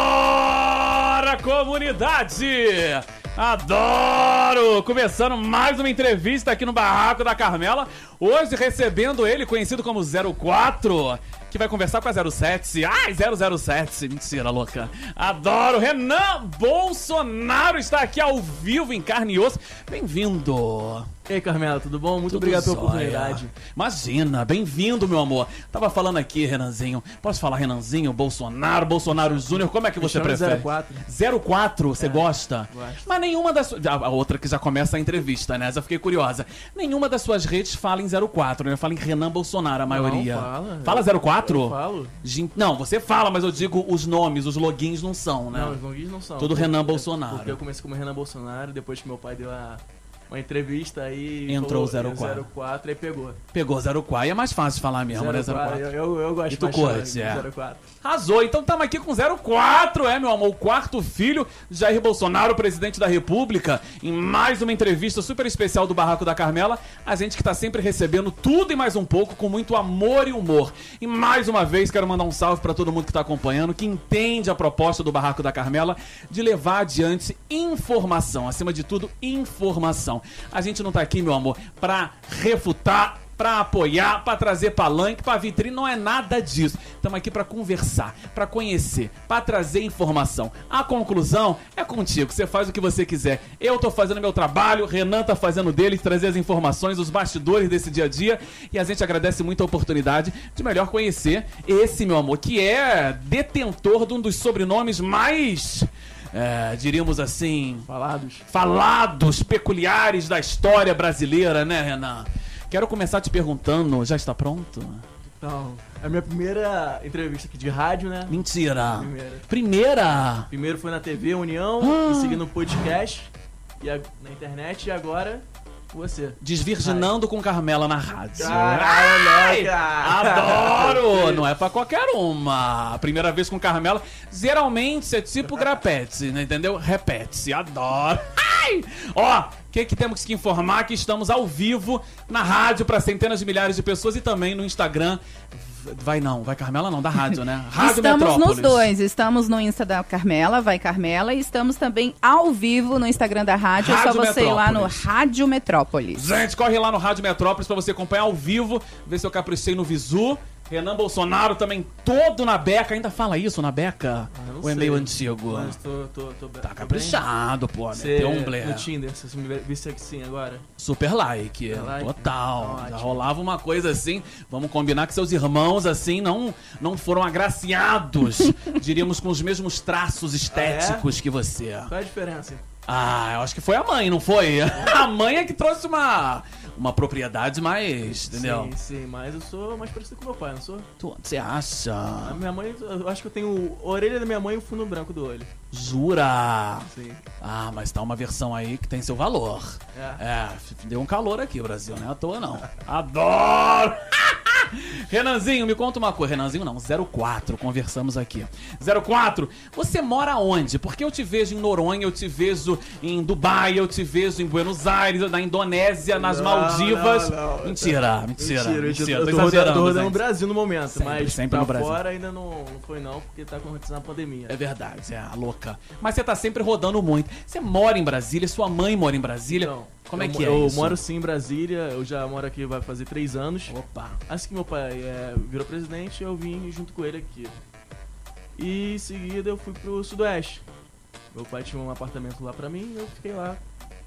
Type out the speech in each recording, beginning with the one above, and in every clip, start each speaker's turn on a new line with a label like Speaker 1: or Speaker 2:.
Speaker 1: Simbora, comunidade! Adoro! Começando mais uma entrevista aqui no Barraco da Carmela. Hoje recebendo ele, conhecido como 04, que vai conversar com a 07. Ai, 007, mentira louca. Adoro! Renan Bolsonaro está aqui ao vivo em carne e osso. Bem-vindo!
Speaker 2: E aí, Carmela, tudo bom? Muito
Speaker 1: Tudo
Speaker 2: obrigado pela
Speaker 1: jóia.
Speaker 2: oportunidade.
Speaker 1: Imagina, bem-vindo, meu amor. Tava falando aqui, Renanzinho. Posso falar Renanzinho, Bolsonaro, Bolsonaro Júnior? Como é que você
Speaker 2: chama
Speaker 1: prefere?
Speaker 2: 04.
Speaker 1: 04, você gosta?
Speaker 2: É, gosto.
Speaker 1: Mas nenhuma das suas. A a outra que já começa a entrevista, né? Já fiquei curiosa. Nenhuma das suas redes fala em 04, né? Fala em Renan Bolsonaro, a maioria.
Speaker 2: fala.
Speaker 1: Fala 04?
Speaker 2: Eu falo?
Speaker 1: Gente, Não, você fala, mas eu digo os nomes, os logins não são, né?
Speaker 2: Não, os longuinhos não são.
Speaker 1: Todo
Speaker 2: Porque-
Speaker 1: Renan Bolsonaro.
Speaker 2: Porque eu comecei como Renan Bolsonaro, depois que meu pai deu a, uma entrevista aí.
Speaker 1: Entrou o
Speaker 2: falou-
Speaker 1: 04.
Speaker 2: 04 aí pegou.
Speaker 1: Pegou 04 e é mais fácil falar mesmo, né? 04.
Speaker 2: Eu, eu, eu gosto
Speaker 1: E tu
Speaker 2: mais
Speaker 1: curte,
Speaker 2: de
Speaker 1: é.
Speaker 2: 04.
Speaker 1: Arrasou, então estamos aqui com 04, é, meu amor, o quarto filho de Jair Bolsonaro, presidente da República, em mais uma entrevista super especial do Barraco da Carmela. A gente que tá sempre recebendo tudo e mais um pouco, com muito amor e humor. E mais uma vez quero mandar um salve para todo mundo que tá acompanhando, que entende a proposta do Barraco da Carmela de levar adiante informação, acima de tudo, informação. A gente não tá aqui, meu amor, pra refutar Pra apoiar, pra trazer palanque, pra vitrine, não é nada disso. Estamos aqui pra conversar, pra conhecer, pra trazer informação. A conclusão é contigo, você faz o que você quiser. Eu tô fazendo meu trabalho, Renan tá fazendo dele, trazer as informações, os bastidores desse dia a dia, e a gente agradece muito a oportunidade de melhor conhecer esse meu amor, que é detentor de um dos sobrenomes mais, é, diríamos assim,
Speaker 2: Falados.
Speaker 1: falados peculiares da história brasileira, né, Renan? Quero começar te perguntando, já está pronto?
Speaker 2: Então, é a minha primeira entrevista aqui de rádio, né?
Speaker 1: Mentira!
Speaker 2: Primeira.
Speaker 1: Primeira!
Speaker 2: Primeiro foi na TV União,
Speaker 1: Ah.
Speaker 2: em seguida no podcast, e a- na internet, e agora você.
Speaker 1: Desvirginando com Carmela na rádio.
Speaker 2: Caralho,
Speaker 1: Ai,
Speaker 2: cara.
Speaker 1: Adoro! Não é pra qualquer uma. Primeira vez com Carmela, geralmente é tipo grapete, né? Entendeu? Repete-se, adoro. Ai! Ó, o que, que temos que informar? Que estamos ao vivo na rádio pra centenas de milhares de pessoas e também no Instagram. V- Vai não, vai Carmela não, da rádio, né? Rádio
Speaker 3: estamos
Speaker 1: Metrópolis.
Speaker 3: nos dois. Estamos no Insta da Carmela, vai Carmela, e estamos também ao vivo no Instagram da rádio. é só
Speaker 1: Rádio
Speaker 3: você ir lá no
Speaker 1: Metrópolis.
Speaker 3: Rádio Metrópolis.
Speaker 1: Gente, corre lá no Rádio Metrópolis pra você acompanhar ao vivo, ver se eu caprichei no Visu. Renan Bolsonaro também todo na beca. Ainda fala isso, na beca?
Speaker 2: Ah, não
Speaker 1: Ou é
Speaker 2: sei.
Speaker 1: meio antigo?
Speaker 2: Mas tô, tô, tô,
Speaker 1: Tá caprichado, pô, né?
Speaker 2: Você,
Speaker 1: Tem um blé.
Speaker 2: no Tinder, se você me visse aqui sim agora.
Speaker 1: Super like,
Speaker 2: like.
Speaker 1: total.
Speaker 2: Tá
Speaker 1: Já
Speaker 2: ótimo.
Speaker 1: rolava uma coisa assim. Vamos combinar que seus irmãos, assim, não, não foram agraciados, diríamos, com os mesmos
Speaker 2: Ah, é?
Speaker 1: traços estéticos que você.
Speaker 2: Qual é a diferença?
Speaker 1: Ah, eu acho que foi a mãe, não foi? A mãe é que trouxe uma, uma propriedade mais, entendeu?
Speaker 2: Sim, sim, mas eu sou mais parecido com meu pai, não sou?
Speaker 1: Tu- Você
Speaker 2: A
Speaker 1: acha?
Speaker 2: minha mãe, eu acho que eu tenho a orelha da minha mãe e o fundo branco do olho. assim.
Speaker 1: Jura?
Speaker 2: Sim.
Speaker 1: Ah, mas tá uma versão aí que tem seu valor.
Speaker 2: É.
Speaker 1: É, deu um calor aqui, Brasil, não é à toa não. Adoro! Renanzinho, me conta uma coisa. Renanzinho não, 04, conversamos aqui. 04, você mora onde? Porque eu te vejo em Noronha, eu te vejo em Dubai, eu te vejo em Buenos Aires, na Indonésia, nas
Speaker 2: Não,
Speaker 1: Maldivas.
Speaker 2: não, não.
Speaker 1: mentira, mentira, mentira,
Speaker 2: eu
Speaker 1: Tô
Speaker 2: tô, rodando, tô
Speaker 1: exagerando,
Speaker 2: rodando um no
Speaker 1: gente.
Speaker 2: Brasil no momento,
Speaker 1: Sempre,
Speaker 2: mas
Speaker 1: sempre
Speaker 2: pra
Speaker 1: no Brasil.
Speaker 2: fora ainda não, não foi não, porque tá acontecendo a pandemia.
Speaker 1: É verdade, é a louca. Mas você tá sempre rodando muito. Você mora em Brasília, sua mãe mora em Brasília.
Speaker 2: Então,
Speaker 1: Como é
Speaker 2: eu-
Speaker 1: que é
Speaker 2: Eu
Speaker 1: isso?
Speaker 2: moro sim em Brasília, eu já moro aqui vai fazer três anos.
Speaker 1: Opa.
Speaker 2: Assim que meu pai é, virou presidente, eu vim junto com ele aqui. E em seguida eu fui pro Sudoeste. Meu pai tinha um apartamento lá pra mim e eu fiquei lá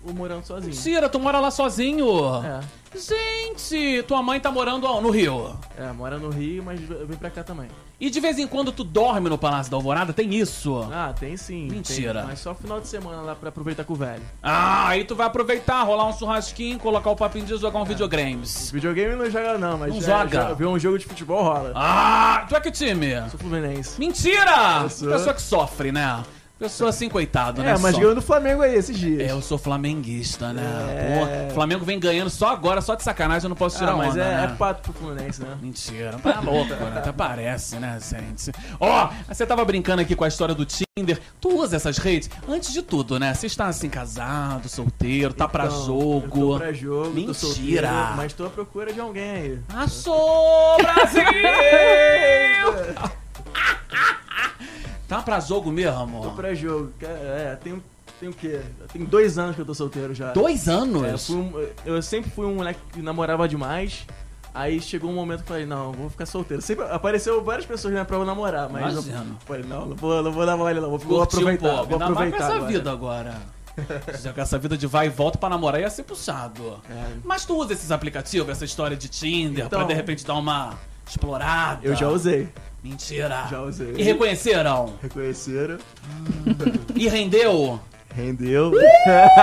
Speaker 2: eu morando sozinho.
Speaker 1: Mentira, tu mora lá sozinho.
Speaker 2: É,
Speaker 1: Gente, tua mãe tá morando ó, no Rio.
Speaker 2: é, mora no Rio, mas eu vim pra cá também.
Speaker 1: E de vez em quando tu dorme no Palácio da Alvorada? Tem isso?
Speaker 2: Ah, tem sim. tem,
Speaker 1: Mentira.
Speaker 2: mas só final de semana lá pra aproveitar com o velho.
Speaker 1: Ah, aí tu vai aproveitar, rolar um churrasquinho, colocar o papinho de
Speaker 2: É.
Speaker 1: jogar um videogames.
Speaker 2: Videogame não joga não, mas
Speaker 1: Não
Speaker 2: é,
Speaker 1: joga.
Speaker 2: jo- Ver um jogo de futebol rola.
Speaker 1: Ah, tu é que time?
Speaker 2: Sou Fluminense.
Speaker 1: Mentira!
Speaker 2: Eu sou.
Speaker 1: Pessoa que sofre, né? Pessoa assim, coitado, né?
Speaker 2: É, mas
Speaker 1: Sofre.
Speaker 2: ganhou do Flamengo aí esses
Speaker 1: É,
Speaker 2: dias.
Speaker 1: eu sou flamenguista, né?
Speaker 2: É.
Speaker 1: Pô, Flamengo vem ganhando só agora, só de sacanagem, eu não posso tirar
Speaker 2: ah, mas
Speaker 1: onda,
Speaker 2: é,
Speaker 1: né?
Speaker 2: é pato pro Fluminense, né?
Speaker 1: Mentira, tá louco, né? Até parece, né, gente? Ó, você tava brincando aqui com a história do Tinder. Tu usa essas redes? Antes de tudo, né? Você está assim, casado, solteiro, tá pra
Speaker 2: Então,
Speaker 1: jogo.
Speaker 2: Eu tô pra jogo,
Speaker 1: Mentira.
Speaker 2: tô solteiro, mas tô à procura de alguém aí.
Speaker 1: Ah, Achou, Brasil! Tá pra jogo mesmo,
Speaker 2: Tô
Speaker 1: amor?
Speaker 2: pra jogo. cara, É, tem, tem o quê? Tem dois anos que eu tô solteiro já.
Speaker 1: Dois anos?
Speaker 2: É, eu, fui um- eu sempre fui um moleque que namorava demais. Aí chegou um momento que eu falei, não, vou ficar solteiro. Sempre apareceu várias pessoas né, pra eu namorar, mas eu
Speaker 1: Imagino.
Speaker 2: falei, não, não vou, não vou namorar ele, não, vou, vou
Speaker 1: é, Curtiu um
Speaker 2: aproveitar.
Speaker 1: pouco,
Speaker 2: vou
Speaker 1: ainda mais com
Speaker 2: aproveitar
Speaker 1: essa
Speaker 2: agora.
Speaker 1: vida agora. Já com essa vida de vai e volta pra namorar ia ser puxado.
Speaker 2: É.
Speaker 1: Mas tu usa esses aplicativos, essa história de Tinder, pra
Speaker 2: Então-
Speaker 1: de repente dar uma explorada?
Speaker 2: Eu já usei,
Speaker 1: Mentira.
Speaker 2: já usei.
Speaker 1: E reconheceram?
Speaker 2: Reconheceram,
Speaker 1: E rendeu?
Speaker 2: rendeu.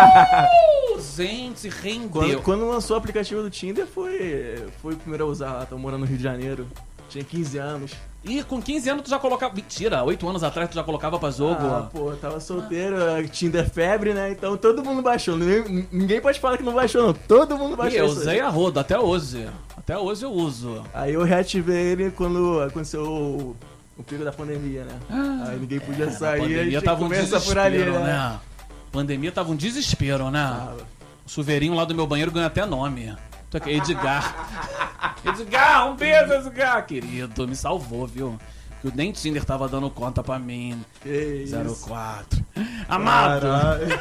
Speaker 1: Uh, gente, rendeu.
Speaker 2: Quando, quando lançou o aplicativo do Tinder, foi, foi o primeiro a usar lá. Tô morando no Rio de Janeiro. Tinha 15 anos.
Speaker 1: E com 15 anos tu já colocava. Mentira, 8 anos atrás tu já colocava pra jogo.
Speaker 2: Ah, pô, eu tava solteiro, eh, Tinder febre, né? Então todo mundo baixou. Ninguém, ninguém pode falar que não baixou, não. Todo mundo
Speaker 1: e
Speaker 2: baixou.
Speaker 1: eu
Speaker 2: isso aí.
Speaker 1: usei a roda até hoje. Até hoje eu uso.
Speaker 2: Aí eu reativei ele quando aconteceu o, o pico da pandemia, né? aí ninguém podia
Speaker 1: É, na
Speaker 2: sair, a
Speaker 1: pandemia
Speaker 2: gente
Speaker 1: tava um
Speaker 2: começa
Speaker 1: desespero,
Speaker 2: por ali, né? Ah.
Speaker 1: né? Pandemia tava um desespero, né?
Speaker 2: Tava.
Speaker 1: O chuveirinho lá do meu banheiro ganha até nome. Tô aqui, Edgar. Edgar, um beijo, Edgar. Querido, me salvou, viu? Que o nem Tinder tava dando conta pra mim.
Speaker 2: Que isso.
Speaker 1: 04. Amado.
Speaker 2: Caralho.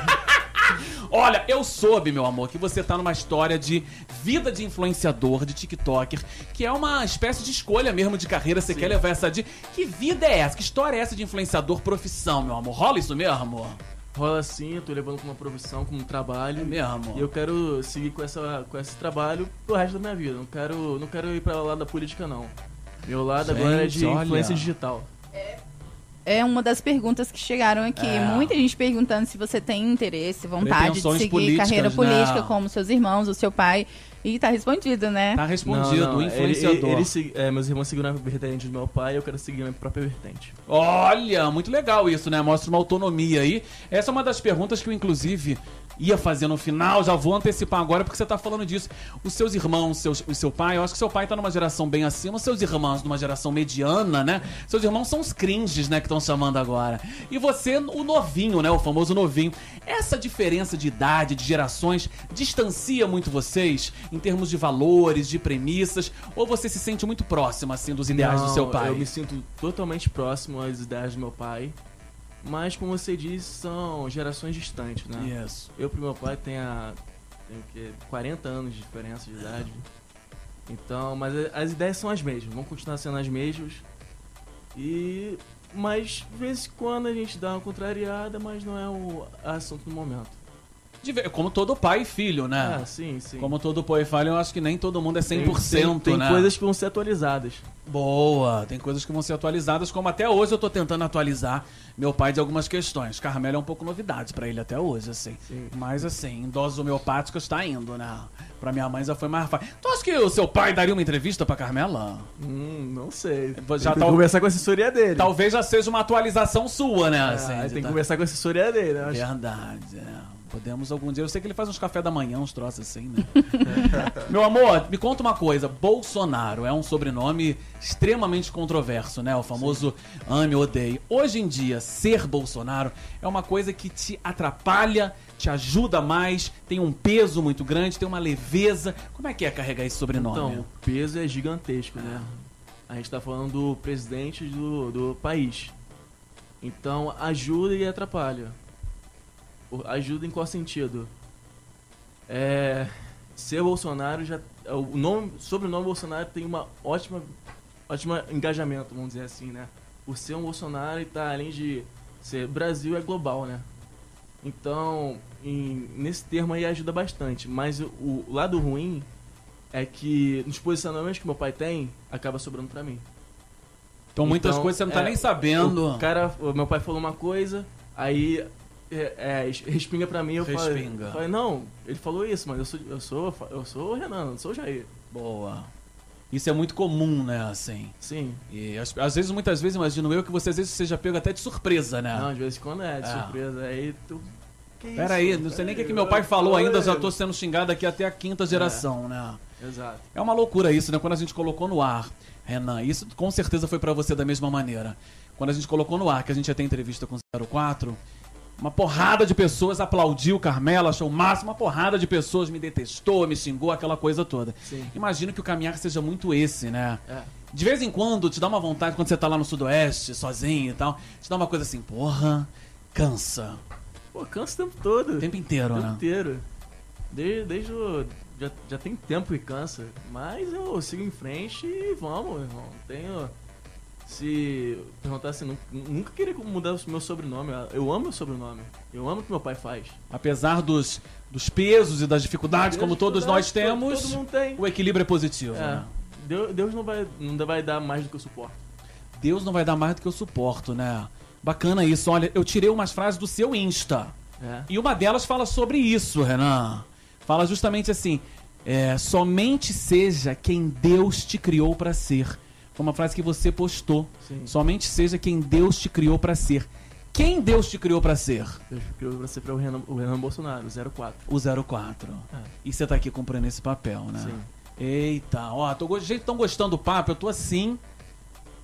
Speaker 1: Olha, eu soube, meu amor, que você tá numa história de vida de influenciador, de TikToker, que é uma espécie de escolha mesmo de carreira. Você quer levar essa de. Que vida é essa? Que história é essa de influenciador profissão, meu amor? Rola isso mesmo?
Speaker 2: Rola assim, eu tô levando como uma profissão, como um trabalho.
Speaker 1: É mesmo.
Speaker 2: E eu quero seguir com, essa, com esse trabalho pro resto da minha vida. Não quero, não quero ir pra lá da política, não. Meu lado
Speaker 1: Gente,
Speaker 2: agora é de
Speaker 1: olha.
Speaker 2: influência digital.
Speaker 3: É uma das perguntas que chegaram aqui.
Speaker 1: É.
Speaker 3: Muita gente perguntando se você tem interesse, vontade de
Speaker 1: Pretensões
Speaker 3: seguir
Speaker 1: políticas,
Speaker 3: carreira
Speaker 1: né?
Speaker 3: política, como seus irmãos, o seu pai. E tá respondido, né?
Speaker 1: Tá respondido,
Speaker 2: É. Não, não, ele-
Speaker 1: influenciador.
Speaker 2: Ele, ele se- é, meus irmãos seguiram a vertente do meu pai, eu quero seguir a minha própria vertente.
Speaker 1: Olha, muito legal isso, né? Mostra uma autonomia aí. Essa é uma das perguntas que eu, inclusive, ia fazer no final. Já vou antecipar agora, porque você tá falando disso. Os seus irmãos, seus, o seu pai, eu acho que seu pai tá numa geração bem acima, os seus irmãos numa geração mediana, né? Seus irmãos são os cringes, né, que estão chamando agora. E você, o novinho, né? O famoso novinho. Essa diferença de idade, de gerações, distancia muito vocês em termos de valores, de premissas? Ou você se sente muito próximo, assim, dos ideais do
Speaker 2: Não,
Speaker 1: seu pai?
Speaker 2: Eu me sinto totalmente próximo às ideias do meu pai. Mas, como você disse, são gerações distantes, né?
Speaker 1: Isso.
Speaker 2: Eu pro meu pai tenho, a, tenho o quê? 40 anos de diferença de idade. Então, mas a- as ideias são as mesmas, vão continuar sendo as mesmas. E. Mas, de vez em quando a gente dá uma contrariada, mas não é o assunto do momento.
Speaker 1: De ver- como todo pai e filho, né?
Speaker 2: Ah, sim, sim.
Speaker 1: Como todo pai e filho, eu acho que nem todo mundo é 100%,
Speaker 2: tem, tem
Speaker 1: né?
Speaker 2: coisas que vão ser atualizadas.
Speaker 1: Boa, tem coisas que vão ser atualizadas, como até hoje eu tô tentando atualizar meu pai de algumas questões. Carmelo é um pouco novidade pra ele até hoje, assim.
Speaker 2: Sim.
Speaker 1: Mas assim, em doses homeopáticas tá indo, né? Pra minha mãe já foi mais fácil. Tu acha que o seu pai daria uma entrevista pra Carmela?
Speaker 2: Hum, não sei.
Speaker 1: Já
Speaker 2: tem
Speaker 1: tá-
Speaker 2: que conversar com a assessoria dele.
Speaker 1: Talvez já seja uma atualização sua, né?
Speaker 2: Ah,
Speaker 1: assim, de
Speaker 2: tem que
Speaker 1: tá-
Speaker 2: conversar com a assessoria dele, né? Acho-
Speaker 1: Verdade, é. Podemos algum dia. Eu sei que ele faz uns café da manhã, uns troços assim, né? Meu amor, me conta uma coisa. Bolsonaro é um sobrenome extremamente controverso, né? O famoso ame ou odeie. Hoje em dia, ser Bolsonaro é uma coisa que te atrapalha, te ajuda mais, tem um peso muito grande, tem uma leveza. Como é que é carregar esse sobrenome?
Speaker 2: Então, o peso é gigantesco, né? A gente tá falando do presidente do, do país. Então, ajuda e atrapalha. O- Ajuda em qual sentido? É, ser Bolsonaro já. é, O nome, sobrenome Bolsonaro tem uma ótima, ótima engajamento, vamos dizer assim, né? Por ser um Bolsonaro e tá além de ser Brasil é global, né? Então, em- nesse termo aí ajuda bastante. Mas o, o lado ruim é que nos posicionamentos que meu pai tem, acaba sobrando pra mim.
Speaker 1: Então, muitas
Speaker 2: então,
Speaker 1: coisas você não tá
Speaker 2: é,
Speaker 1: nem sabendo.
Speaker 2: O cara, o meu pai falou uma coisa, aí é, é, es- respinga pra mim, eu falei,
Speaker 1: Respinga.
Speaker 2: eu falei, não, ele falou isso, mas eu sou eu sou eu sou o Renan, eu não sou o Jair.
Speaker 1: Boa. Isso é muito comum, né? Assim.
Speaker 2: Sim.
Speaker 1: E às, às vezes, muitas vezes, imagino eu que você às vezes seja pego até de surpresa, né?
Speaker 2: Não, de vez em quando é, de
Speaker 1: É.
Speaker 2: surpresa. Aí tu que
Speaker 1: Pera aí,
Speaker 2: isso?
Speaker 1: não sei nem o que,
Speaker 2: Pera
Speaker 1: que
Speaker 2: aí,
Speaker 1: meu pai falou
Speaker 2: olha É.
Speaker 1: ainda, já
Speaker 2: aí.
Speaker 1: tô sendo xingado aqui até a quinta geração, né?
Speaker 2: Exato.
Speaker 1: É uma loucura isso, né? Quando a gente colocou no ar, Renan, isso com certeza foi pra você da mesma maneira. Quando a gente colocou no ar, que a gente ia ter entrevista com o 04, uma porrada de pessoas aplaudiu Carmela, achou o máximo, uma porrada de pessoas me detestou, me xingou, aquela coisa toda.
Speaker 2: Sim.
Speaker 1: Imagino que o caminhar seja muito esse, né?
Speaker 2: É.
Speaker 1: De vez em quando te dá uma vontade quando você tá lá no Sudoeste, sozinho e tal, te dá uma coisa assim, porra, cansa.
Speaker 2: Pô, cansa o tempo todo.
Speaker 1: O tempo inteiro,
Speaker 2: O tempo
Speaker 1: né?
Speaker 2: inteiro. Desde, desde o. Já, já tem tempo que cansa. Mas eu sigo em frente e vamos, irmão. Tenho. Se perguntasse, nu- nunca queria mudar o meu sobrenome. Eu amo meu sobrenome. Eu amo o que meu pai faz.
Speaker 1: Apesar dos, dos pesos e das dificuldades, como todos nós
Speaker 2: Todo-
Speaker 1: temos,
Speaker 2: Todo mundo tem.
Speaker 1: o equilíbrio é positivo.
Speaker 2: É,
Speaker 1: né?
Speaker 2: Deus, Deus não, vai, não vai dar mais do que eu suporto.
Speaker 1: Deus não vai dar mais do que eu suporto, né? Bacana isso. Olha, eu tirei umas frases do seu Insta.
Speaker 2: É.
Speaker 1: E uma delas fala sobre isso, Renan. Fala justamente assim: é, somente seja quem Deus te criou pra ser. Foi uma frase que você postou.
Speaker 2: Sim.
Speaker 1: Somente seja quem Deus te criou pra ser. Quem Deus te criou pra ser?
Speaker 2: Deus criou pra ser pra o Renan, o Renan Bolsonaro, 04.
Speaker 1: O 04.
Speaker 2: É.
Speaker 1: E você tá aqui cumprindo esse papel, né?
Speaker 2: Sim.
Speaker 1: Eita, ó, tô, go- gente, tão gostando do papo, eu tô assim,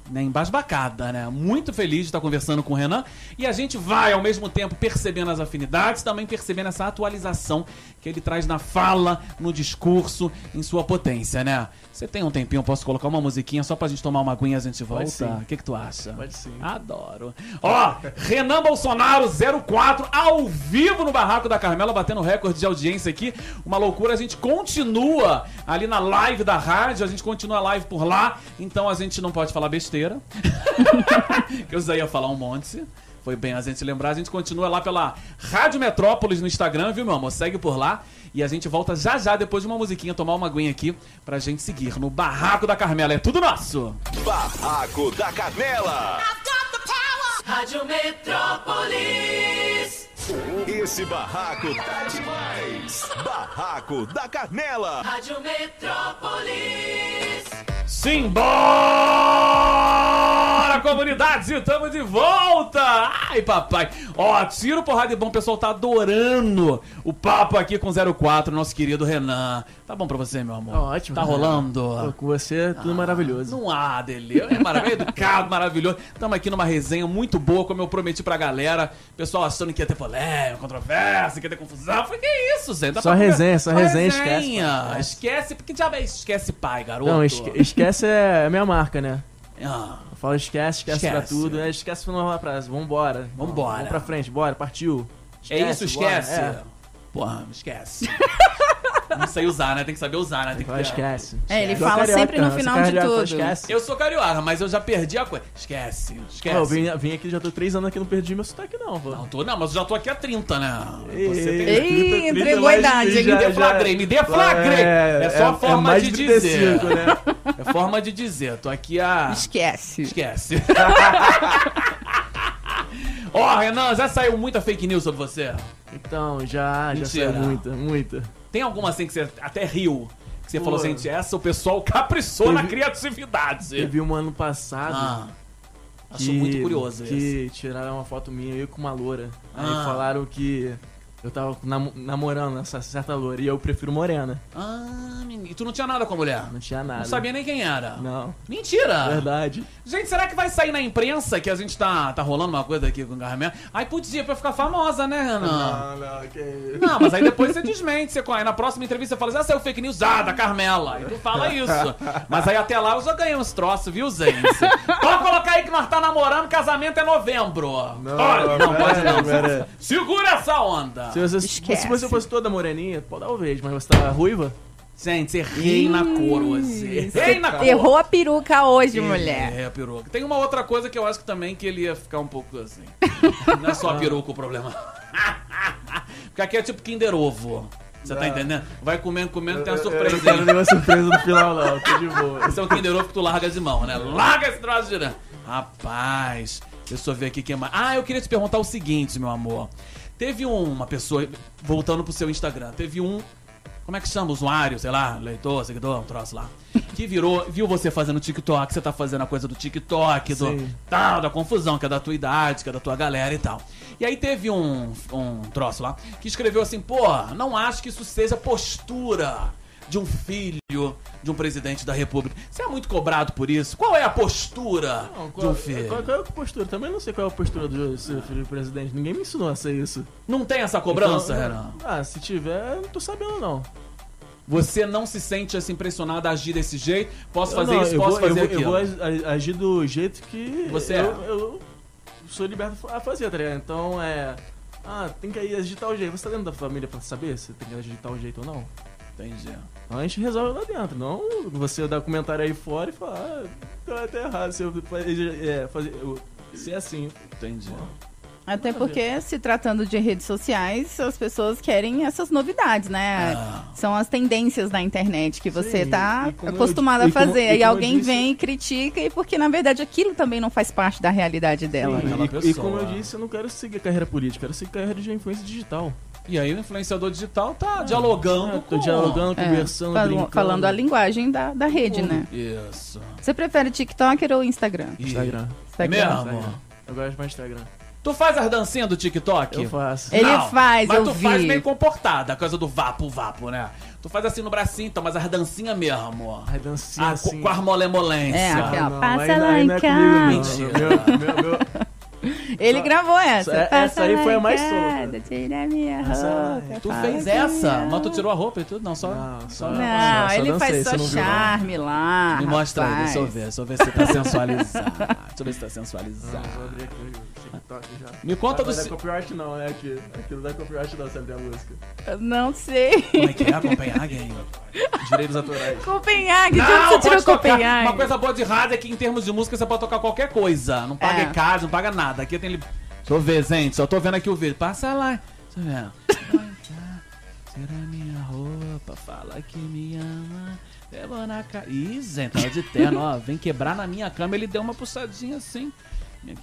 Speaker 1: né, embasbacada, né? Muito feliz de estar conversando com o Renan. E a gente vai, ao mesmo tempo, percebendo as afinidades, também percebendo essa atualização que ele traz na fala, no discurso, em sua potência, né? Você tem um tempinho, posso colocar uma musiquinha só pra gente tomar uma aguinha e a gente
Speaker 2: Pode
Speaker 1: volta?
Speaker 2: sim.
Speaker 1: O que, que tu acha?
Speaker 2: Pode sim.
Speaker 1: Adoro. Ó, Renan Bolsonaro 04, ao vivo no Barraco da Carmela, batendo recorde de audiência aqui. Uma loucura, a gente continua ali na live da rádio, a gente continua a live por lá, então a gente não pode falar besteira. que eu já ia falar um monte. Foi bem a gente lembrar, a gente continua lá pela Rádio Metrópolis no Instagram, viu, meu amor? Segue por lá e a gente volta já já depois de uma musiquinha, tomar uma aguinha aqui pra gente seguir no Barraco da Carmela. É tudo nosso!
Speaker 4: Barraco da Carmela.
Speaker 5: Rádio Metrópolis.
Speaker 4: Esse barraco tá demais. Barraco da Carmela.
Speaker 5: Rádio Metrópolis.
Speaker 1: Simbora, comunidade! Estamos de volta! Ai, papai! Ó, tiro, porrada e bom, o pessoal tá adorando o papo aqui com o 04, nosso querido Renan. Tá bom pra você, meu amor?
Speaker 2: Tá ótimo,
Speaker 1: Tá
Speaker 2: né? Pô,
Speaker 1: rolando?
Speaker 2: com você é tudo maravilhoso.
Speaker 1: Não há, delírio. É maravilhoso, educado, maravilhoso. Estamos aqui numa resenha muito boa, como eu prometi pra galera. O pessoal achando que ia ter polêmica, controvérsia, que ia ter confusão. Eu Falei, que isso, Zé? Dá
Speaker 2: Só
Speaker 1: pra conver-
Speaker 2: resenha, só resenha, esquece,
Speaker 1: Esquece,
Speaker 2: pô.
Speaker 1: esquece porque diabo é isso? esquece pai, garoto.
Speaker 2: Não, esque- esquece é a minha marca, né?
Speaker 1: Ah.
Speaker 2: Eu falo esquece, esquece, pra
Speaker 1: Esquece.
Speaker 2: tudo, né? Esquece pra não frase. Vambora.
Speaker 1: Vambora.
Speaker 2: Vamos pra frente, bora, partiu.
Speaker 1: É isso,
Speaker 2: bora,
Speaker 1: esquece.
Speaker 2: é.
Speaker 1: Porra, esquece. Não sei usar, né? Tem que saber usar, né? Tem
Speaker 2: Fala,
Speaker 1: que...
Speaker 2: esquece.
Speaker 3: É, ele
Speaker 2: Esquece.
Speaker 3: fala
Speaker 2: Eu sou
Speaker 3: sempre no
Speaker 2: carioca,
Speaker 3: final
Speaker 2: eu sou
Speaker 3: de
Speaker 2: carioca,
Speaker 3: tudo.
Speaker 2: Esquece.
Speaker 1: Eu sou carioca, mas eu já perdi a coisa. Esquece, esquece.
Speaker 2: Pô, eu vim, vim aqui, já tô três anos aqui, não perdi meu sotaque não, pô.
Speaker 1: Não, tô, não, mas eu já tô aqui há 30, né?
Speaker 2: Ei,
Speaker 3: Ei, entregou a idade,
Speaker 1: Me deflagrei, me deflagrei. É, só a forma
Speaker 2: mais
Speaker 1: de dizer.
Speaker 2: 35, né?
Speaker 1: É forma de dizer. Tô aqui há...
Speaker 3: Esquece.
Speaker 1: Esquece. Ó, Renan, já saiu muita fake news sobre você?
Speaker 2: Então, já, já
Speaker 1: Mentira.
Speaker 2: saiu muita, muita.
Speaker 1: Tem alguma assim que você até riu? Que você
Speaker 2: Pô.
Speaker 1: falou, gente, essa o pessoal caprichou na
Speaker 2: Teve-
Speaker 1: criatividade.
Speaker 2: Teve um ano passado
Speaker 1: Ah,
Speaker 2: que,
Speaker 1: acho muito curioso isso.
Speaker 2: que tiraram uma foto minha eu com uma loura.
Speaker 1: Ah.
Speaker 2: Aí falaram que eu tava nam- namorando essa certa loura e eu prefiro morena.
Speaker 1: Ah, menino. E tu não tinha nada com a mulher?
Speaker 2: Não tinha nada.
Speaker 1: Não sabia Ah. nem quem era.
Speaker 2: Não,
Speaker 1: Mentira!
Speaker 2: verdade.
Speaker 1: Gente, será que vai sair na imprensa que a gente tá, tá rolando uma coisa aqui com o Garramel? Aí podia pra ficar famosa, né, Renan?
Speaker 2: Ah, não, que...
Speaker 1: Não, mas aí depois você desmente. Você, aí na próxima entrevista você fala, já saiu fake news, ah, da Carmela. E tu fala isso. Mas aí até lá eu já ganhei uns troços, viu, gente? Pode colocar aí que nós tá namorando, casamento é novembro.
Speaker 2: Não,
Speaker 1: Olha, não,
Speaker 2: pera,
Speaker 1: pode não.
Speaker 2: pera.
Speaker 1: Segura essa onda.
Speaker 2: Se você,
Speaker 3: Esquece.
Speaker 2: se você fosse toda moreninha, pode talvez, mas você tá ruiva?
Speaker 1: Gente, errei na cor hoje. Errei na cor.
Speaker 3: tá Errou a peruca hoje, mulher.
Speaker 1: É, peruca. Tem uma outra coisa que eu acho que também que ele ia ficar um pouco assim. Não é só a peruca o problema. Porque aqui é tipo Kinder Ovo. Você tá entendendo? Vai comendo, comendo, tem uma
Speaker 2: Eu não
Speaker 1: surpresa
Speaker 2: quero
Speaker 1: aí.
Speaker 2: nenhuma surpresa no final, não. Tô de boa.
Speaker 1: Esse é o Kinder Ovo que tu larga de mão, né? Larga esse troço girando. Rapaz, deixa eu ver aqui quem mais. Ah, eu queria te perguntar o seguinte, meu amor. Teve um, uma pessoa, voltando pro seu Instagram, teve um. Como é que chama? Usuário, sei lá, leitor, seguidor, um troço lá. Que virou, viu você fazendo TikTok, você tá fazendo a coisa do TikTok, do
Speaker 2: Sim.
Speaker 1: tal, da confusão, que é da tua idade, que é da tua galera e tal. E aí teve um, um troço lá que escreveu assim, pô, não acho que isso seja postura de um filho de um presidente da república. Você é muito cobrado por isso? Qual é a postura
Speaker 2: Não,
Speaker 1: de
Speaker 2: qual,
Speaker 1: um filho?
Speaker 2: qual- qual é a postura? Também não sei qual é a postura do seu filho do presidente. Ninguém me ensinou a ser isso.
Speaker 1: Não tem essa cobrança,
Speaker 2: Então,
Speaker 1: Renan?
Speaker 2: Ah, se tiver, eu não tô sabendo não.
Speaker 1: Você não se sente assim impressionado a agir desse jeito? Posso
Speaker 2: Eu
Speaker 1: fazer
Speaker 2: não,
Speaker 1: isso,
Speaker 2: eu
Speaker 1: posso
Speaker 2: vou-
Speaker 1: fazer
Speaker 2: eu,
Speaker 1: aquilo.
Speaker 2: vou- Eu vou ag- agir do jeito que
Speaker 1: Você é.
Speaker 2: eu, eu sou liberto a fazer, tá ligado? Então é. Ah, tem que agir de tal jeito. Você tá dentro da família pra saber se tem que agir de tal jeito ou não?
Speaker 1: Entendi.
Speaker 2: Então a gente resolve lá dentro, não você dar comentário aí fora e falar, ah, então é até errado se eu fazer. É, fazer eu- se é assim.
Speaker 1: Entendi.
Speaker 3: Até porque, se tratando de redes sociais, as pessoas querem essas novidades, né? São as tendências da internet que você
Speaker 2: Ah. Sim,
Speaker 3: tá
Speaker 2: e como eu
Speaker 3: acostumado a
Speaker 2: di- e como-
Speaker 3: fazer.
Speaker 2: e
Speaker 3: Aí
Speaker 2: como eu
Speaker 3: alguém
Speaker 2: disse-
Speaker 3: vem e critica, e porque, na verdade, aquilo também não faz parte da realidade dela.
Speaker 1: Sim.
Speaker 3: né?
Speaker 1: aquela
Speaker 2: e, e
Speaker 1: pessoa.
Speaker 2: como eu disse, eu não quero seguir a carreira política, eu quero seguir a carreira de influência digital.
Speaker 1: E aí o influenciador digital tá
Speaker 2: Ah,
Speaker 1: dialogando.
Speaker 2: tô
Speaker 1: com-
Speaker 2: dialogando,
Speaker 3: É,
Speaker 2: conversando,
Speaker 3: fal-
Speaker 2: brincando.
Speaker 3: falando a linguagem da, da rede, né?
Speaker 1: Isso.
Speaker 3: Você prefere TikToker ou Instagram?
Speaker 2: Instagram.
Speaker 1: Mesmo?
Speaker 2: Instagram. Eu gosto mais do Instagram.
Speaker 1: Tu faz as dancinhas do TikTok?
Speaker 2: Eu faço.
Speaker 3: Ele
Speaker 1: Não,
Speaker 3: faz,
Speaker 1: mas
Speaker 3: eu
Speaker 1: tu
Speaker 3: vi.
Speaker 1: faz meio comportada, a coisa do vapo, vapo, né? Tu faz assim no bracinho, então, mas as dancinhas mesmo.
Speaker 2: Ai, dancinha
Speaker 1: Ah, co-
Speaker 2: assim.
Speaker 1: Com as molemolências.
Speaker 3: É,
Speaker 2: Ah,
Speaker 3: aquela.
Speaker 2: não,
Speaker 3: Passa
Speaker 2: aí não-
Speaker 3: lá
Speaker 2: aí
Speaker 3: em
Speaker 2: não é
Speaker 3: casa. Ah,
Speaker 2: comigo, não. Meu- meu- meu-
Speaker 3: Ele
Speaker 2: Só-
Speaker 3: gravou essa.
Speaker 2: essa-
Speaker 3: Passa
Speaker 2: essa aí
Speaker 3: lá
Speaker 2: foi a
Speaker 3: em
Speaker 2: mais
Speaker 3: casa,
Speaker 2: solta.
Speaker 3: Tira minha
Speaker 2: Essa-
Speaker 3: roupa.
Speaker 1: Tu
Speaker 3: fala
Speaker 1: fez
Speaker 3: que
Speaker 1: essa?
Speaker 3: me
Speaker 1: Mas tu
Speaker 3: ama.
Speaker 1: tirou a roupa e tudo? Não, só.
Speaker 2: Não,
Speaker 1: só-
Speaker 2: só-
Speaker 3: Não,
Speaker 2: só
Speaker 3: ele
Speaker 2: dancei,
Speaker 3: faz
Speaker 2: você
Speaker 3: só
Speaker 2: não viu, não?
Speaker 3: charme lá.
Speaker 1: Me mostra aí,
Speaker 3: rapaz.
Speaker 1: deixa eu ver, deixa eu ver se tá sensualizado. Deixa eu ver se tá sensualizado.
Speaker 2: Vou abrir aqui o TikTok já.
Speaker 1: Me conta do.
Speaker 2: Não
Speaker 1: se-
Speaker 2: dá copyright não, né? Aqui. Aquilo não dá copyright não, sabe da música.
Speaker 3: Não sei.
Speaker 1: Como é que é, Copenhagen?
Speaker 2: Direitos autorais.
Speaker 3: Copenhague, de onde você tirou Copenhague?
Speaker 1: Uma coisa boa de rádio é que em termos de música você pode tocar qualquer coisa. Não paga
Speaker 3: É.
Speaker 1: em casa, não paga nada. Aqui tem. li- Deixa eu ver, gente. Só tô vendo aqui o vídeo. Passa lá. Deixa eu ver. Será minha roupa, fala que me ama. Devo na ca... Ih, gente, tava de terno, ó. Vem quebrar na minha cama, ele deu uma puxadinha assim.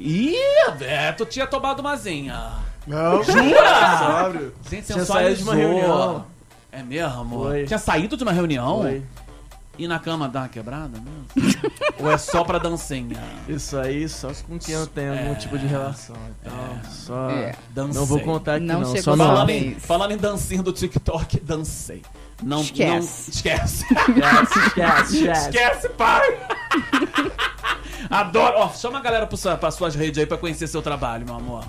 Speaker 1: Ih, velho, tu tinha tomado umazinha.
Speaker 2: Não.
Speaker 1: Jura?
Speaker 2: Sóbrio.
Speaker 1: Gente,
Speaker 2: Tinha
Speaker 1: sensualizou.
Speaker 2: saído de uma reunião.
Speaker 1: É mesmo?
Speaker 2: Foi.
Speaker 1: Tinha saído de uma reunião?
Speaker 2: Oi.
Speaker 1: E na cama dá uma quebrada mesmo? Ou é só pra dancinha?
Speaker 2: Isso aí só com quem eu tenho
Speaker 1: É.
Speaker 2: algum tipo de relação. Então, só.
Speaker 3: É.
Speaker 1: Dancei.
Speaker 2: Não vou contar aqui,
Speaker 3: Não
Speaker 2: não.
Speaker 3: chegou
Speaker 2: só não.
Speaker 1: Falando
Speaker 3: Não.
Speaker 1: em, falando em dancinha do TikTok, dancei. Não,
Speaker 3: Esquece.
Speaker 1: Não, esquece.
Speaker 2: Esquece, esquece, esquece.
Speaker 1: esquece, para. Adoro. Ó, chama a galera pra, sua, pra suas redes aí pra conhecer seu trabalho, meu amor.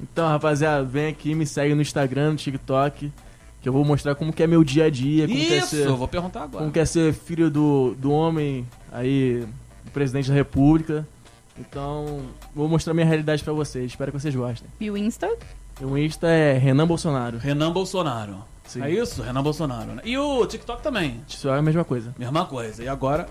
Speaker 2: Então, rapaziada, vem aqui, me segue no Instagram, no TikTok, que eu vou mostrar como que é meu dia a dia, como, que é,
Speaker 1: Isso,
Speaker 2: ser,
Speaker 1: eu vou perguntar agora.
Speaker 2: como que é ser filho do, do homem aí, do presidente da república. Então, vou mostrar minha realidade pra vocês, espero que vocês gostem.
Speaker 3: E o Insta?
Speaker 2: E O Insta é Renan Bolsonaro.
Speaker 1: Renan Bolsonaro.
Speaker 2: Sim.
Speaker 1: É isso, Renan Bolsonaro. né? E o TikTok também.
Speaker 2: Só é a mesma coisa.
Speaker 1: Mesma coisa. E agora,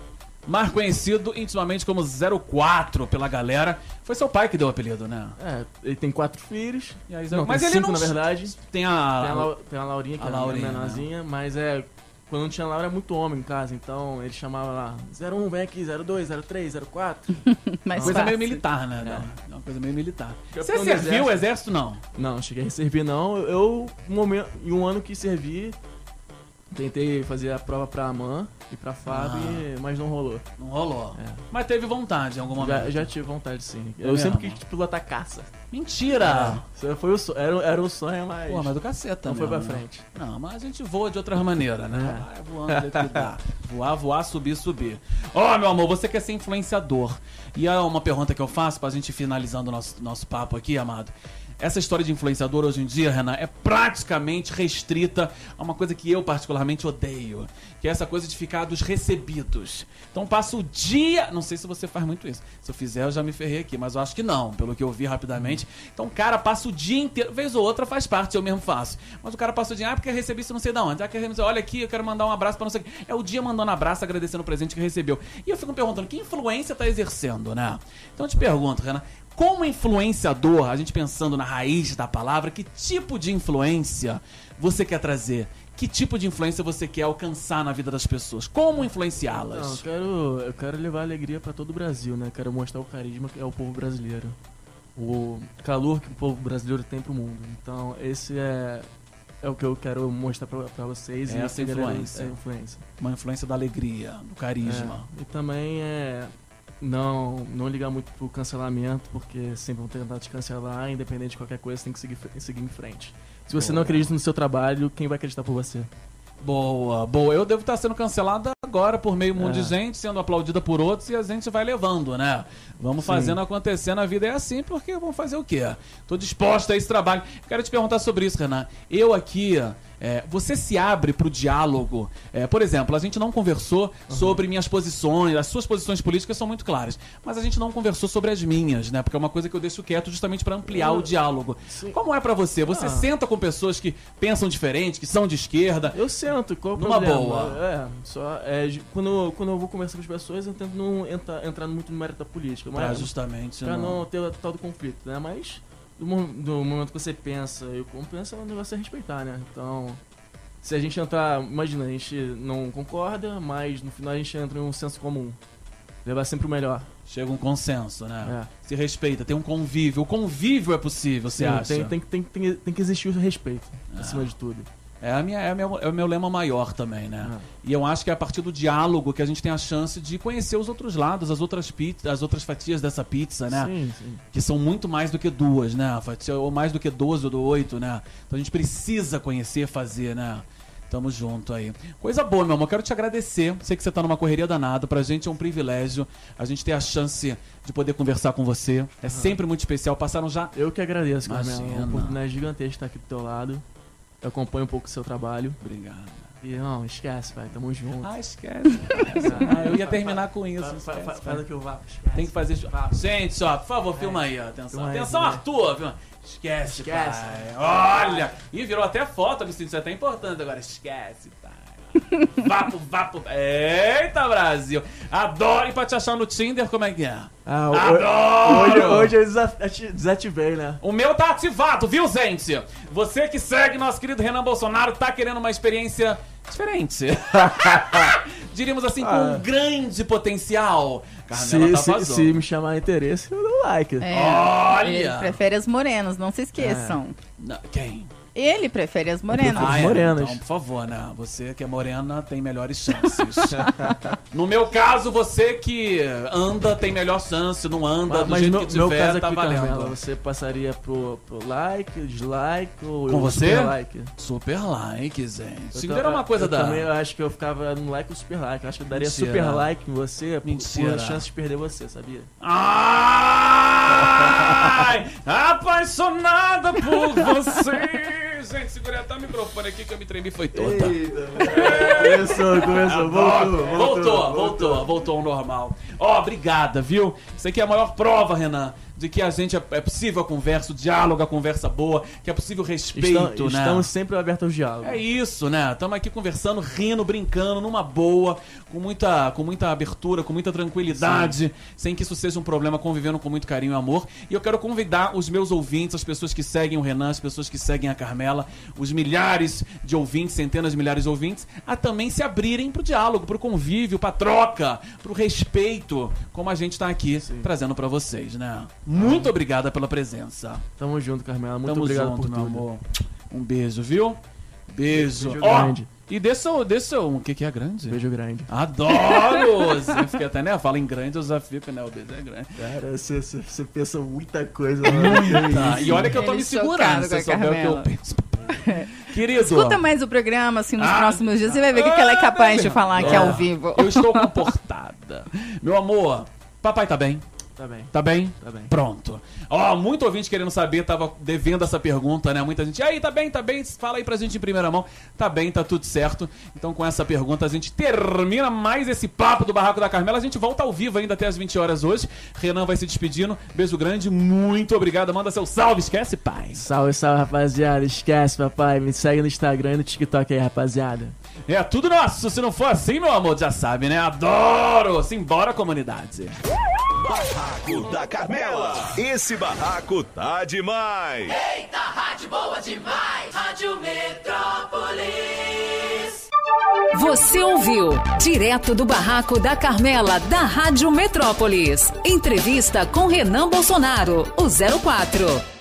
Speaker 1: mais conhecido intimamente como 04 pela galera. Foi seu pai que deu o apelido, né?
Speaker 2: É, ele tem quatro filhos.
Speaker 1: E aí,
Speaker 2: Não,
Speaker 1: mas
Speaker 2: tem
Speaker 1: ele
Speaker 2: cinco,
Speaker 1: não-
Speaker 2: na verdade.
Speaker 1: Tem
Speaker 2: Tem a,
Speaker 1: a.
Speaker 2: Lau- tem a Laurinha, que
Speaker 1: a
Speaker 2: é a
Speaker 1: Laurinha,
Speaker 2: menorzinha, mas é. Quando não tinha Laura, era muito homem em casa, então ele chamava lá 01, vem aqui, 02, 03, 04.
Speaker 3: Mas
Speaker 1: coisa
Speaker 3: fácil.
Speaker 1: meio militar, né? É. Uma coisa meio militar. Você
Speaker 2: do
Speaker 1: serviu o exército, não?
Speaker 2: Não, cheguei a servir não. Eu, um momento, em um ano que servi, tentei fazer a prova pra Aman e pra Fábio,
Speaker 1: Ah.
Speaker 2: mas não rolou.
Speaker 1: Não rolou.
Speaker 2: É.
Speaker 1: Mas teve vontade em algum momento.
Speaker 2: Já, já tive vontade sim.
Speaker 1: É
Speaker 2: Eu sempre
Speaker 1: mesmo?
Speaker 2: quis pilotar caça.
Speaker 1: Mentira!
Speaker 2: Isso foi o sonho, era, era um sonho, mas,
Speaker 1: Pô, mas do caceta,
Speaker 2: não foi pra
Speaker 1: mesmo, né?
Speaker 2: frente.
Speaker 1: Não, mas a gente voa de outras maneiras, né?
Speaker 2: É.
Speaker 1: Vai voando do jeito que dá. Voar, voar, subir, subir. Ó, meu amor, você quer ser influenciador. E é uma pergunta que eu faço pra gente ir finalizando o nosso, nosso papo aqui, amado. Essa história de influenciador hoje em dia, Renan, é praticamente restrita a uma coisa que eu particularmente odeio, que é essa coisa de ficar dos recebidos. Então passa o dia. Não sei se você faz muito isso. Se eu fizer, eu já me ferrei aqui, mas eu acho que não, pelo que eu vi rapidamente. Então o cara passa o dia inteiro, vez ou outra faz parte, eu mesmo faço. Mas o cara passa o dia, ah, porque eu recebi isso não sei de onde. Ah, que eu recebi- olha aqui, eu quero mandar um abraço pra não sei quem. É o dia mandando abraço, agradecendo o presente que recebeu. E eu fico me perguntando, que influência tá exercendo, né? Então eu te pergunto, Renan, como influenciador, a gente pensando na raiz da palavra, que tipo de influência você quer trazer? Que tipo de influência você quer alcançar na vida das pessoas? Como
Speaker 2: Não, eu
Speaker 1: influenciá-las?
Speaker 2: quero, eu quero levar alegria pra todo o Brasil, né? Quero mostrar o carisma que é o povo brasileiro. O calor que o povo brasileiro tem pro mundo. Então, esse é, é o que eu quero mostrar pra, pra vocês. e
Speaker 1: Essa
Speaker 2: que a galera-
Speaker 1: influência.
Speaker 2: é a influência.
Speaker 1: Uma influência da alegria, do carisma.
Speaker 2: É, E também é não, não ligar muito pro cancelamento, porque sempre vão tentar te cancelar, independente de qualquer coisa, você tem que seguir, fre- seguir em frente. Se você não
Speaker 1: Boa.
Speaker 2: acredita no seu trabalho, quem vai acreditar por você?
Speaker 1: Boa, boa. Eu devo estar sendo cancelada agora por meio mundo de
Speaker 2: É.
Speaker 1: gente, sendo aplaudida por outros e a gente vai levando, né? Vamos
Speaker 2: Sim.
Speaker 1: fazendo acontecer na vida é assim, porque vamos fazer o quê? Tô disposta a esse trabalho. Quero te perguntar sobre isso, Renan. Eu aqui É, você se abre pro diálogo. É, por exemplo, a gente não conversou sobre minhas posições, as suas posições políticas são muito claras, mas a gente não conversou sobre as minhas, né? Porque é uma coisa que eu deixo quieto justamente para ampliar o diálogo. Como é pra você? Você
Speaker 2: É. Ah.
Speaker 1: senta com pessoas que pensam diferente, que são de esquerda.
Speaker 2: Eu sento, qual o
Speaker 1: Numa
Speaker 2: problema?
Speaker 1: boa.
Speaker 2: É, só. É, ju- quando, quando eu vou conversar com as pessoas, eu tento não entra, entrar muito no mérito da política.
Speaker 1: Pra
Speaker 2: Mas,
Speaker 1: justamente.
Speaker 2: pra
Speaker 1: não-
Speaker 2: não ter o tal do conflito, né? Mas do, mo- do momento que você pensa e como pensa, o negócio é respeitar, né? Então, se a gente entrar, imagina, a gente não concorda, mas no final a gente entra em um senso comum. Levar sempre o melhor.
Speaker 1: Chega um consenso, né?
Speaker 2: É.
Speaker 1: Se respeita, tem um convívio. O convívio é possível, você
Speaker 2: Sim,
Speaker 1: acha?
Speaker 2: Tem, tem, que- tem, que- tem, que- tem que existir o respeito, acima de tudo.
Speaker 1: É, a minha, é, a minha- é o meu lema maior também, né?
Speaker 2: Ah.
Speaker 1: E eu acho que é a partir do diálogo que a gente tem a chance de conhecer os outros lados, as outras, pizza, as outras fatias dessa pizza, né?
Speaker 2: Sim, sim.
Speaker 1: Que são muito mais do que duas, né? A fatia- Ou mais do que 12 ou do 8, né? Então a gente precisa conhecer, fazer, né? Tamo junto aí. Coisa boa, meu amor. Quero te agradecer. Sei que você tá numa correria danada. Pra gente é um privilégio a gente ter a chance de poder conversar com você. É sempre muito especial. Passaram já
Speaker 2: Eu que agradeço, Carmela.
Speaker 1: Imagina.
Speaker 2: Uma oportunidade gigantesca estar aqui do teu lado. Eu acompanho um pouco o seu trabalho.
Speaker 1: Obrigado.
Speaker 2: E não, esquece, pai. Tamo junto.
Speaker 1: Ah, esquece. Ah, eu ia terminar com isso.
Speaker 2: Fa- Tá, fa- fa-
Speaker 1: esquece.
Speaker 2: Fala que eu vá. esquece.
Speaker 1: Tem que fazer. Gente, ó, por favor, filma aí, ó. Atenção.
Speaker 2: É. Filma aí,
Speaker 1: Atenção,
Speaker 2: filma aí.
Speaker 1: Arthur. Filma. Esquece,
Speaker 2: Esquece.
Speaker 1: pai. Olha! Ih, virou até foto, me sinto até importante agora. Esquece, pai. Vapo, vapo. Eita, Brasil! Adoro ir pra te achar no Tinder, como é que é?
Speaker 2: Ah, ho-
Speaker 1: Adoro!
Speaker 2: hoje, hoje eu desaf- ati- desativei, né?
Speaker 1: O meu tá ativado, viu, gente? Você que segue nosso querido Renan Bolsonaro tá querendo uma experiência diferente. Diríamos assim, com
Speaker 2: Ah.
Speaker 1: um grande potencial. Carmela
Speaker 2: Se,
Speaker 1: tá
Speaker 2: se,
Speaker 1: vazando. Tá
Speaker 2: se me chamar interesse, eu dou like.
Speaker 3: É.
Speaker 1: Olha!
Speaker 3: Ele prefere as morenas, não se esqueçam.
Speaker 1: Não, quem?
Speaker 3: Ele prefere as morenas.
Speaker 2: prefiro-
Speaker 1: é.
Speaker 2: morenas.
Speaker 1: Então, por favor, né? Você que é morena tem melhores chances. no meu caso, você que anda tem melhor chance, não anda, do
Speaker 2: Mas
Speaker 1: jeito
Speaker 2: meu,
Speaker 1: que
Speaker 2: meu
Speaker 1: tiver,
Speaker 2: caso é
Speaker 1: tá
Speaker 2: aqui,
Speaker 1: valendo.
Speaker 2: Carmela, você passaria pro, pro like, dislike ou
Speaker 1: Com
Speaker 2: eu
Speaker 1: você?
Speaker 2: super like?
Speaker 1: Super like, gente.
Speaker 2: Eu
Speaker 1: Isso
Speaker 2: ta-
Speaker 1: era uma coisa
Speaker 2: eu
Speaker 1: da.
Speaker 2: Também eu acho que eu ficava no like ou super like. Eu acho que eu daria
Speaker 1: Mentira.
Speaker 2: super like em você por, por
Speaker 1: Mentira.
Speaker 2: a chance de perder você, sabia?
Speaker 1: Ai! Apaixonada por você! Gente, segurei até o microfone aqui que eu me tremi foi tota. toda.
Speaker 2: começou, começou. Voltou,
Speaker 1: Voltou, voltou, voltou, voltou ao normal. Ó, obrigada, viu? Isso aqui é a maior prova, Renan, de que a gente é, é possível a conversa, o diálogo, a conversa boa, que é possível o respeito,
Speaker 2: Estam-
Speaker 1: né?
Speaker 2: Estamos sempre abertos ao diálogo.
Speaker 1: É isso, né? Estamos aqui conversando, rindo, brincando, numa boa, com muita, com muita abertura, com muita tranquilidade, sem que isso seja um problema, convivendo com muito carinho e amor. E eu quero convidar os meus ouvintes, as pessoas que seguem o Renan, as pessoas que seguem a Carmela, os milhares de ouvintes, centenas de milhares de ouvintes, a também se abrirem pro diálogo, pro convívio, pra troca, pro respeito, como a gente tá aqui trazendo pra vocês, né? Muito obrigada pela presença.
Speaker 2: Tamo junto, Carmela. Muito
Speaker 1: Tamo
Speaker 2: obrigado
Speaker 1: junto,
Speaker 2: por
Speaker 1: meu
Speaker 2: tudo.
Speaker 1: amor. Um beijo, viu? Beijo.
Speaker 2: Beijo
Speaker 1: Ó,
Speaker 2: grande.
Speaker 1: e dê seu, dê seu... O que que é grande?
Speaker 2: Beijo grande.
Speaker 1: Adoro! Você fica até, né? Fala em grande, eu já fico, né? O beijo é grande.
Speaker 2: Cara, você, você, você pensa muita coisa.
Speaker 1: Tá,
Speaker 2: Muita.
Speaker 1: e olha que eu tô
Speaker 3: Ele
Speaker 1: me
Speaker 3: chocado
Speaker 1: segurando,
Speaker 3: com a
Speaker 1: você souber o
Speaker 3: Carmela.
Speaker 1: que eu penso. Querido,
Speaker 3: Escuta mais o programa, assim, nos
Speaker 1: Ah.
Speaker 3: próximos dias. Você vai ver o que que ela é capaz de falar aqui
Speaker 1: É.
Speaker 3: ao vivo.
Speaker 1: eu estou comportada. Meu amor, papai tá bem?
Speaker 2: Tá bem.
Speaker 1: Tá bem?
Speaker 2: Tá bem.
Speaker 1: Pronto. Ó, muito ouvinte querendo saber, tava devendo essa pergunta, né? Muita gente, e aí, tá bem, tá bem? Fala aí pra gente em primeira mão. Tá bem, tá tudo certo. Então, com essa pergunta, a gente termina mais esse papo do Barraco da Carmela. A gente volta ao vivo ainda até as 20 horas hoje. Renan vai se despedindo. Beijo grande, muito obrigado. Manda seu salve, esquece, pai.
Speaker 2: Salve, salve, rapaziada. Esquece, papai. Me segue no Instagram e no TikTok aí, rapaziada.
Speaker 1: É tudo nosso. Se não for assim, meu amor, já sabe, né? Adoro! Simbora, comunidade.
Speaker 4: Barraco da Carmela. Esse barraco tá demais.
Speaker 5: Eita, rádio boa demais! Rádio Metrópolis!
Speaker 6: Você ouviu? Direto do Barraco da Carmela, da Rádio Metrópolis. Entrevista com Renan Bolsonaro, o 04.